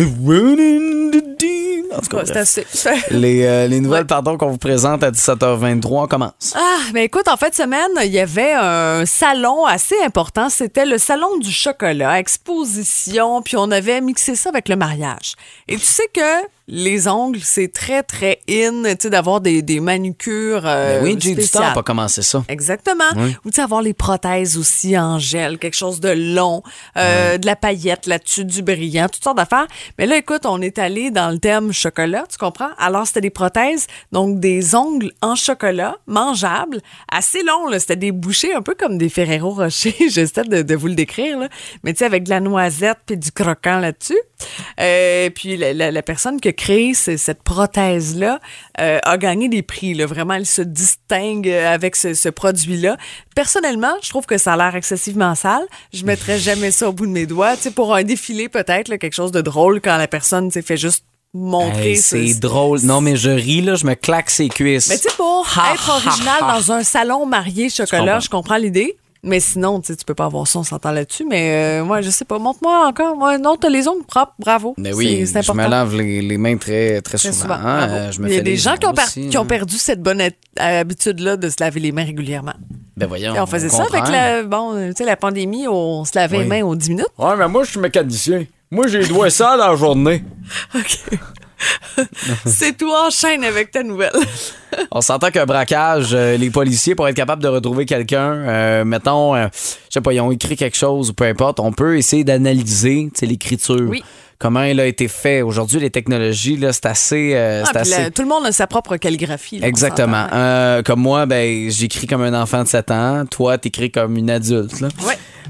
Speaker 2: Rolling in the deep. En tout cas,
Speaker 3: Ouais,
Speaker 2: bref.
Speaker 3: c'est assez. C'est-
Speaker 2: Les, euh, les nouvelles, pardon, qu'on vous présente à 17h23, on commence.
Speaker 3: Ah, ben écoute, en fin de semaine, il y avait un salon assez important. C'était le salon du chocolat, exposition, puis on avait mixé ça avec le mariage. Et tu sais que les ongles, c'est très, très in, tu sais, d'avoir des, des manucures. euh,
Speaker 2: Ben oui, Jay du
Speaker 3: spéciales.
Speaker 2: temps a pas commencé ça.
Speaker 3: Exactement.
Speaker 2: Oui.
Speaker 3: Ou tu sais, avoir les prothèses aussi en gel, quelque chose de long, euh, de la paillette là-dessus, du brillant, toutes sortes d'affaires. Mais là, écoute, on est allé dans le thème chocolat, tu comprends? Alors, c'était des prothèses, donc des ongles en chocolat, mangeables, assez longs, là. C'était des bouchées un peu comme des Ferrero Rocher. J'essaie de, de vous le décrire, là. Mais tu sais, avec de la noisette puis du croquant là-dessus. Euh, puis la, la- la personne qui a créé ce- cette prothèse-là euh, a gagné des prix. là. Vraiment, elle se distingue euh, avec ce, ce produit-là. Personnellement, je trouve que ça a l'air excessivement sale. Je mettrais jamais ça au bout de mes doigts. Tu sais, pour un défilé, peut-être, là, quelque chose de drôle quand la personne tu sais, fait juste montrer
Speaker 2: Hey,
Speaker 3: ce-
Speaker 2: c'est drôle. Non, mais je ris, là, je me claque ses cuisses.
Speaker 3: mais tu sais, pour
Speaker 2: Ha,
Speaker 3: être
Speaker 2: ha,
Speaker 3: original
Speaker 2: ha.
Speaker 3: dans un salon marié chocolat,
Speaker 2: comprends.
Speaker 3: je comprends l'idée. Mais sinon, tu sais, tu peux pas avoir ça, on s'entend là-dessus. Mais moi, je sais pas, montre-moi encore. Moi, non, t'as les ongles propres, bravo.
Speaker 2: Mais oui,
Speaker 3: C'est- c'est
Speaker 2: je
Speaker 3: important.
Speaker 2: me lave les, les mains très, très,
Speaker 3: Très
Speaker 2: souvent.
Speaker 3: souvent,
Speaker 2: hein.
Speaker 3: bravo.
Speaker 2: Euh, je me
Speaker 3: Il y a
Speaker 2: fais
Speaker 3: des
Speaker 2: les
Speaker 3: gens qui ont,
Speaker 2: ongles
Speaker 3: par-
Speaker 2: aussi,
Speaker 3: qui ont
Speaker 2: hein.
Speaker 3: perdu cette bonne hab- habitude-là de se laver les mains régulièrement.
Speaker 2: Ben voyons.
Speaker 3: Et on faisait
Speaker 2: au
Speaker 3: ça avec
Speaker 2: contraire.
Speaker 3: la, bon, euh, tu sais, la pandémie, on se lavait
Speaker 2: Oui.
Speaker 3: les mains aux 10 minutes.
Speaker 2: Ouais, mais moi, je suis mécanicien. Moi, j'ai les doigts sales dans la journée.
Speaker 3: C'est toi, enchaîne avec ta nouvelle.
Speaker 2: Euh, On s'entend qu'un braquage, euh, les policiers, pour être capable de retrouver quelqu'un, euh, mettons, euh, je sais pas, ils ont écrit quelque chose ou peu importe, on peut essayer d'analyser tu sais, l'écriture.
Speaker 3: Oui.
Speaker 2: Comment elle a été faite. Aujourd'hui, les technologies, là, c'est assez. euh,
Speaker 3: Ah,
Speaker 2: c'est
Speaker 3: puis
Speaker 2: assez...
Speaker 3: la- tout le monde a sa propre calligraphie. là, on
Speaker 2: Exactement. Euh, comme moi, ben, j'écris comme un enfant de 7 ans. Toi, t'écris comme une adulte. là.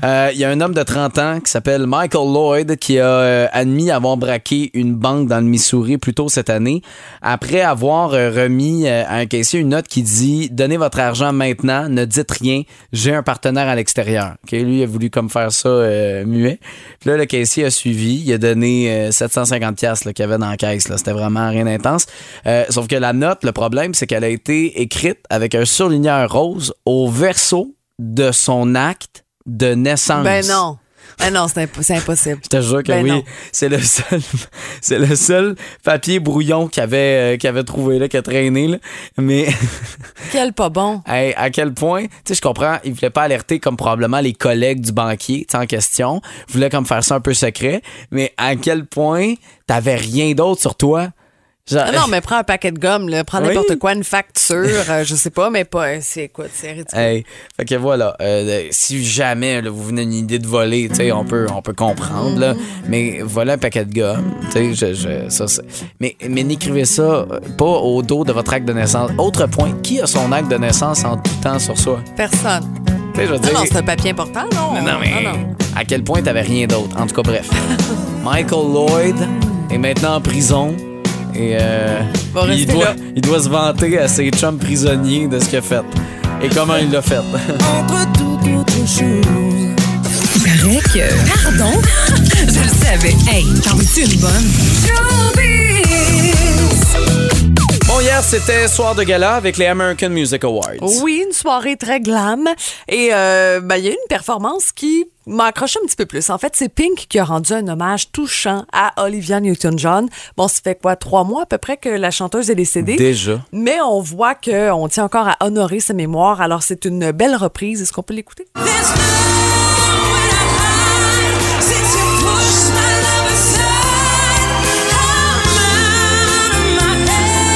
Speaker 2: Euh, Il y a un homme de 30 ans qui s'appelle Michael Lloyd qui a euh, admis avoir braqué une banque dans le Missouri plus tôt cette année après avoir euh, remis euh, à un caissier une note qui dit « Donnez votre argent maintenant, ne dites rien, j'ai un partenaire à l'extérieur. OK, Lui, il a voulu comme faire ça euh, muet. Puis là, le caissier a suivi, il a donné euh, 750 pièces qu'il y avait dans la caisse. là. C'était vraiment rien d'intense. Euh, sauf que la note, le problème, c'est qu'elle a été écrite avec un surligneur rose au verso de son acte de naissance.
Speaker 3: Ben non. Ben non, c'est imp- c'est impossible.
Speaker 2: Je te jure que
Speaker 3: Ben
Speaker 2: oui,
Speaker 3: non.
Speaker 2: c'est le seul, c'est le seul papier brouillon qu'il avait, euh, qu'il avait trouvé là, qu'il a traîné là. Mais
Speaker 3: Quel pas bon.
Speaker 2: Hey, à quel point, tu sais, je comprends, il voulait pas alerter comme probablement les collègues du banquier, tu sais, en question. Il voulait comme faire ça un peu secret, mais à quel point t'avais rien d'autre sur toi. Genre-
Speaker 3: Ah non, mais prends un paquet de gomme, là. prends
Speaker 2: Oui.
Speaker 3: n'importe quoi, une facture, euh, je sais pas, mais pas. euh, C'est écoute, c'est ridicule.
Speaker 2: Hey, fait que voilà, euh, si jamais là, vous venez une idée de voler, tu sais, on peut, on peut comprendre, là, mais voilà un paquet de gomme, tu sais, je, je- ça, c'est- mais, mais n'écrivez ça euh, pas au dos de votre acte de naissance. Autre point, qui a son acte de naissance en tout temps sur soi?
Speaker 3: Personne. Ah
Speaker 2: Tu sais, je veux
Speaker 3: Non,
Speaker 2: dire-
Speaker 3: non, c'est un papier important, non?
Speaker 2: Mais Ah non, mais à quel point t'avais rien d'autre. En tout cas, bref. Michael Lloyd est maintenant en prison. Et euh,
Speaker 3: Va
Speaker 2: il,
Speaker 3: rester
Speaker 2: doit,
Speaker 3: là.
Speaker 2: il doit se vanter à ses chums prisonniers de ce qu'il a fait. Et comment il l'a fait.
Speaker 12: Entre tout autre chose.
Speaker 15: paraît que. Pardon? Je le savais. Hey, t'en veux-tu une bonne?
Speaker 2: Bon, hier, c'était soir de gala avec les American Music Awards.
Speaker 3: Oui, une soirée très glam. Et euh, ben, il y a eu une performance qui m'a accroché un petit peu plus. En fait, c'est Pink qui a rendu un hommage touchant à Olivia Newton-John. Bon, ça fait quoi, trois mois à peu près que la chanteuse est décédée?
Speaker 2: Déjà.
Speaker 3: Mais on voit qu'on tient encore à honorer sa mémoire. Alors, c'est une belle reprise. Est-ce qu'on peut l'écouter?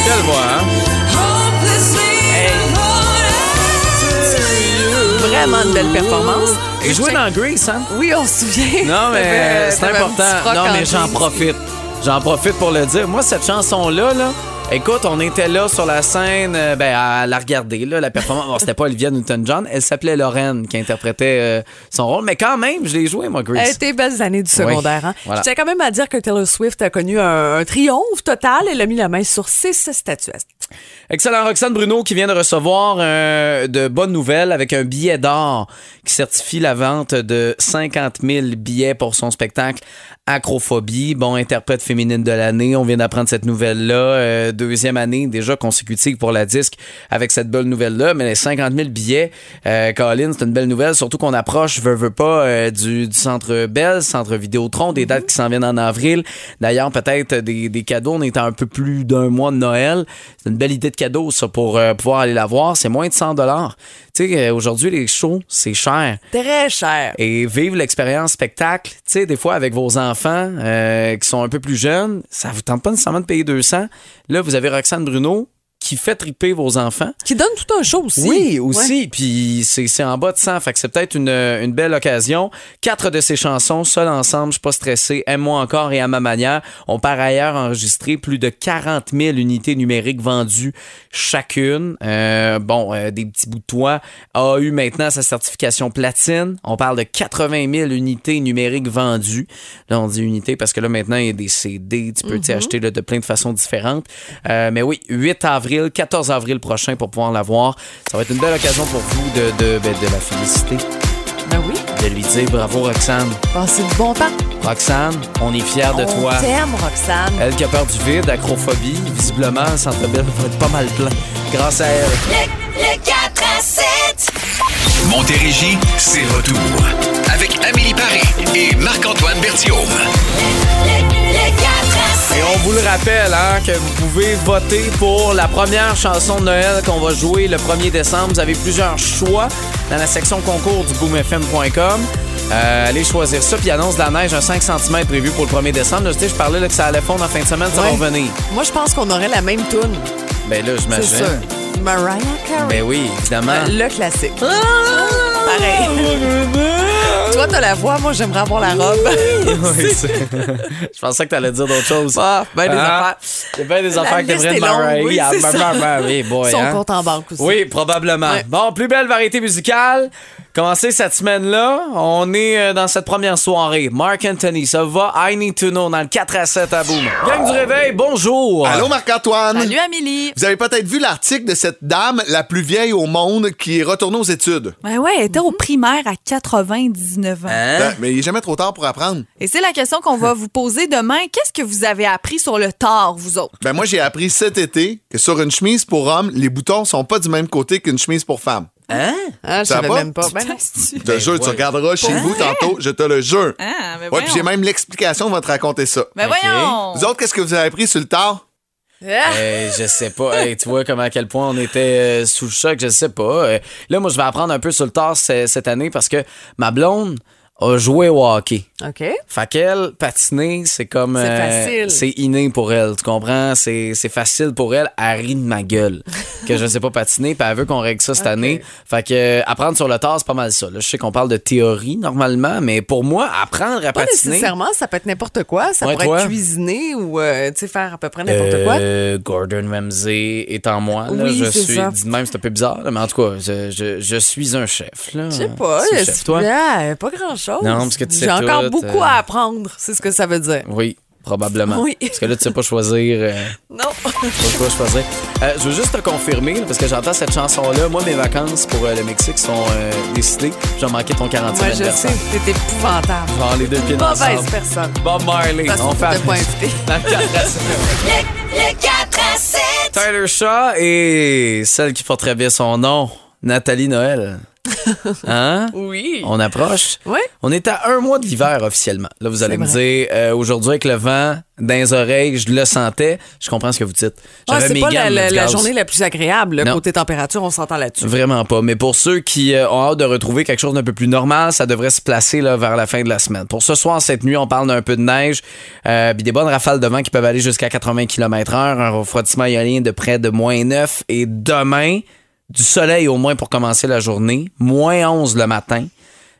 Speaker 2: Quelle voix, hein?
Speaker 3: Vraiment une belle performance.
Speaker 2: Et jouer dans Grease, hein?
Speaker 3: Oui, on se souvient.
Speaker 2: Non, mais
Speaker 3: T'avais- euh,
Speaker 2: c'est
Speaker 3: t'avais un petit
Speaker 2: important.
Speaker 3: froc
Speaker 2: Non,
Speaker 3: en
Speaker 2: mais j'en
Speaker 3: jeans.
Speaker 2: profite. J'en profite pour le dire. Moi, cette chanson-là, là, écoute, on était là sur la scène, euh, ben, à la regarder, là, la performance. Bon, c'était pas Olivia Newton-John, elle s'appelait Lorraine qui interprétait euh, son rôle, mais quand même, je l'ai joué, moi,
Speaker 3: Elle
Speaker 2: Grace.
Speaker 3: était belles années du secondaire.
Speaker 2: Oui,
Speaker 3: hein.
Speaker 2: voilà.
Speaker 3: Je tiens quand même à dire que Taylor Swift a connu un, un triomphe total. Elle a mis la main sur six statuettes.
Speaker 2: Excellent. Roxane Bruno qui vient de recevoir euh, de bonnes nouvelles avec un billet d'or qui certifie la vente de 50 000 billets pour son spectacle Acrophobie. Bon, interprète féminine de l'année. On vient d'apprendre cette nouvelle-là. Euh, deuxième année déjà consécutive pour la disque avec cette belle nouvelle-là. Mais les 50 000 billets, euh, Colin, c'est une belle nouvelle. Surtout qu'on approche, veux, veux pas, euh, du, du centre Bell, centre Vidéotron, des dates qui s'en viennent en avril. D'ailleurs, peut-être des, des cadeaux. On est à un peu plus d'un mois de Noël. C'est une belle idée de cadeau, ça, pour euh, pouvoir aller la voir. C'est moins de 100 Tu sais, euh, aujourd'hui, les shows, c'est cher.
Speaker 3: Très cher.
Speaker 2: Et vivre l'expérience spectacle, tu sais, des fois avec vos enfants euh, qui sont un peu plus jeunes, ça vous tente pas nécessairement de payer 200. Là, vous avez Roxane Bruno qui fait triper vos enfants.
Speaker 3: Qui donne tout un show aussi.
Speaker 2: Oui,
Speaker 3: Ouais.
Speaker 2: aussi. Puis c'est c'est en bas de 100. Fait que c'est peut-être une, une belle occasion. Quatre de ses chansons, Seul ensemble, Je suis pas stressé, Aime-moi encore et à ma manière, ont par ailleurs enregistré plus de 40 000 unités numériques vendues chacune. Euh, bon, euh, des petits bouts de toit. A eu maintenant sa certification platine. On parle de 80 000 unités numériques vendues. Là, on dit unités parce que là, maintenant, il y a des CD. Tu peux t'y
Speaker 16: Mhm.
Speaker 2: acheter acheter, là, de plein de façons différentes. Euh, mais oui, 8 avril, 14 avril prochain pour pouvoir la voir. Ça va être une belle occasion pour vous de, de, ben, de la féliciter.
Speaker 3: Ben oui.
Speaker 2: De lui dire bravo Roxane.
Speaker 3: Passez de bon temps.
Speaker 2: Roxane, on est fiers de
Speaker 3: On
Speaker 2: toi.
Speaker 3: t'aime, Roxane.
Speaker 2: Elle qui a peur du vide, acrophobie, visiblement, le Centre Bell va être pas mal plein grâce à elle.
Speaker 5: Le 4 à 7.
Speaker 1: Montérégie, c'est retour. Avec Amélie Paris et Marc-Antoine Berthiaume.
Speaker 5: Le 4 à 7.
Speaker 2: Et on vous le rappelle, hein, que vous pouvez voter pour la première chanson de Noël qu'on va jouer le 1er décembre. Vous avez plusieurs choix dans la section concours du boomfm.com. Euh, allez choisir ça, puis il annonce de la neige, un 5 cm prévu pour le 1er décembre. Là, tu sais, je parlais là, que ça allait fondre en fin de semaine, ça va
Speaker 3: Ouais.
Speaker 2: revenir.
Speaker 3: Moi, je pense qu'on aurait la même tune.
Speaker 2: Ben là,
Speaker 3: C'est
Speaker 2: j'imagine.
Speaker 3: sûr. Mariah Carey.
Speaker 2: Ben oui, évidemment.
Speaker 3: Le classique.
Speaker 2: Ah!
Speaker 3: Pareil. Toi, t'as la voix, moi, j'aimerais avoir la robe.
Speaker 2: Oui, c'est- je pensais que t'allais dire d'autres choses.
Speaker 3: Ah, ben des affaires.
Speaker 2: C'est bien des
Speaker 3: La
Speaker 2: affaires que
Speaker 3: liste
Speaker 2: t'aimerais
Speaker 3: est
Speaker 2: de Mariah.
Speaker 3: longue, oui,
Speaker 2: Ah,
Speaker 3: c'est
Speaker 2: bah,
Speaker 3: ça.
Speaker 2: bah, bah, oui, boy,
Speaker 3: Son
Speaker 2: hein.
Speaker 3: compte en banque aussi.
Speaker 2: Oui, probablement. Bon, plus belle variété musicale. Commencez cette semaine-là. On est euh, dans cette première soirée. Mark Anthony, ça va? I need to know dans le 4 à 7 à Boom. Gang du réveil, bonjour!
Speaker 17: Allô Marc-Antoine.
Speaker 3: Salut Amélie.
Speaker 17: Vous avez peut-être vu l'article de cette dame la plus vieille au monde qui est retournée aux études.
Speaker 18: Ben ouais, elle était au primaire à 99 ans.
Speaker 3: Hein?
Speaker 17: Ben, mais il est jamais trop tard pour apprendre.
Speaker 18: Et c'est la question qu'on va vous poser demain. Qu'est-ce que vous avez appris sur le tard, vous autres?
Speaker 17: Ben moi j'ai appris cet été que sur une chemise pour homme, les boutons sont pas du même côté qu'une chemise pour femme.
Speaker 2: Hein?
Speaker 3: Ah, je
Speaker 17: Ça
Speaker 3: savais
Speaker 17: va?
Speaker 3: même pas. Ben non.
Speaker 17: Je te jure, tu regarderas chez
Speaker 3: Pour
Speaker 17: vous
Speaker 3: vrai?
Speaker 17: tantôt, je te le jure.
Speaker 18: Ah, ben
Speaker 17: ouais, puis j'ai même l'explication, on va te raconter ça.
Speaker 18: Ben Ok. voyons!
Speaker 17: Vous autres, qu'est-ce que vous avez appris sur le tard?
Speaker 2: Euh, je sais pas. Hey, tu vois comment à quel point on était euh, sous le choc, je sais pas. Euh, là, moi, je vais apprendre un peu sur le tard ce- cette année parce que ma blonde a joué au hockey.
Speaker 3: OK.
Speaker 2: Fait qu'elle, patiner, c'est comme. euh,
Speaker 3: C'est facile.
Speaker 2: C'est inné pour elle, tu comprends? C'est c'est facile pour elle. Elle rit de ma gueule. que je ne sais pas patiner, puis elle veut qu'on règle ça cette année. Fait que euh, apprendre sur le tard, c'est pas mal ça. là. je sais qu'on parle de théorie normalement, mais pour moi, apprendre à
Speaker 3: Pas
Speaker 2: patiner.
Speaker 3: nécessairement, ça peut être n'importe quoi. Ça
Speaker 2: Ouais,
Speaker 3: pourrait
Speaker 2: toi?
Speaker 3: être cuisiner ou euh, tu sais, faire à peu près n'importe quoi.
Speaker 2: Euh, Gordon Ramsay est en moi. Là,
Speaker 3: Oui,
Speaker 2: je
Speaker 3: c'est
Speaker 2: suis.
Speaker 3: ça.
Speaker 2: Dis de même, c'est un peu bizarre, là, mais en tout cas, je, je- je suis un chef. là.
Speaker 3: Je sais pas,
Speaker 2: Je suis
Speaker 3: le-
Speaker 2: chef, toi.
Speaker 3: Ah, pas grand chose.
Speaker 2: Non, parce que tu sais
Speaker 3: J'ai encore
Speaker 2: tout,
Speaker 3: beaucoup
Speaker 2: euh.
Speaker 3: à apprendre, c'est ce que ça veut dire.
Speaker 2: Oui, probablement.
Speaker 3: Oui.
Speaker 2: Parce que là, tu sais pas choisir. euh,
Speaker 3: Non.
Speaker 2: tu sais pas choisir. Euh, je veux juste te confirmer, là, parce que j'entends cette chanson-là. Moi, mes vacances pour euh, le Mexique sont euh, décidées. J'ai manqué ton 40e
Speaker 3: Moi, je sais,
Speaker 2: anniversaire.
Speaker 3: t'es épouvantable.
Speaker 2: Genre les deux pieds dans
Speaker 3: Mauvaise personne.
Speaker 2: Bob Marley.
Speaker 3: Parce
Speaker 2: on
Speaker 3: qu'on
Speaker 2: fait
Speaker 3: t'était
Speaker 2: appel-
Speaker 3: pas invité.
Speaker 2: Dans le cadre à ça.
Speaker 5: Le 4 à 7.
Speaker 2: Tyler Shaw et celle qui porterait bien son nom, Nathalie Noël. Hein?
Speaker 3: Oui.
Speaker 2: On approche.
Speaker 3: Oui.
Speaker 2: On est à un mois de l'hiver officiellement. Là, vous allez me dire, euh, aujourd'hui avec le vent, dans les oreilles, je le sentais. Je comprends ce que vous dites.
Speaker 3: Ouais,
Speaker 2: J'avais
Speaker 3: Ah, c'est
Speaker 2: mes
Speaker 3: pas la,
Speaker 2: gammes,
Speaker 3: la-
Speaker 2: du
Speaker 3: la
Speaker 2: gaz.
Speaker 3: journée la plus agréable, là,
Speaker 2: Non.
Speaker 3: côté température, on s'entend là-dessus.
Speaker 2: Vraiment pas. Mais pour ceux qui euh, ont hâte de retrouver quelque chose d'un peu plus normal, ça devrait se placer là, vers la fin de la semaine. Pour ce soir, cette nuit, on parle d'un peu de neige, euh, puis des bonnes rafales de vent qui peuvent aller jusqu'à 80 km/h, un refroidissement iolien de près de moins 9 et demain, du soleil au moins pour commencer la journée, moins 11 le matin.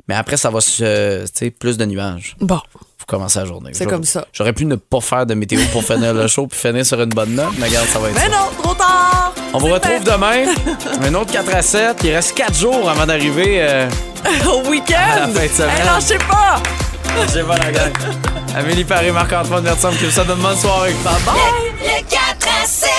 Speaker 2: Mais après, ça va se. euh, tu sais, plus de nuages.
Speaker 3: Bon.
Speaker 2: pour commencer la journée.
Speaker 3: C'est
Speaker 2: J'aurais-
Speaker 3: comme ça.
Speaker 2: J'aurais pu ne pas faire de météo pour finir le show puis finir sur une bonne note, mais regarde, ça va être
Speaker 3: Mais
Speaker 2: ça.
Speaker 3: non, trop tard!
Speaker 2: On vous retrouve demain. Un autre 4 à 7. Il reste 4 jours avant d'arriver euh,
Speaker 3: Au
Speaker 2: à la
Speaker 3: week-end!
Speaker 2: fin de semaine.
Speaker 3: Hey, non, je sais pas!
Speaker 2: J'ai pas la gang. Amélie Paris, Marc-Antoine Bertram, que ça donne bonne soirée. Bye bye.
Speaker 5: Le 4 à 7.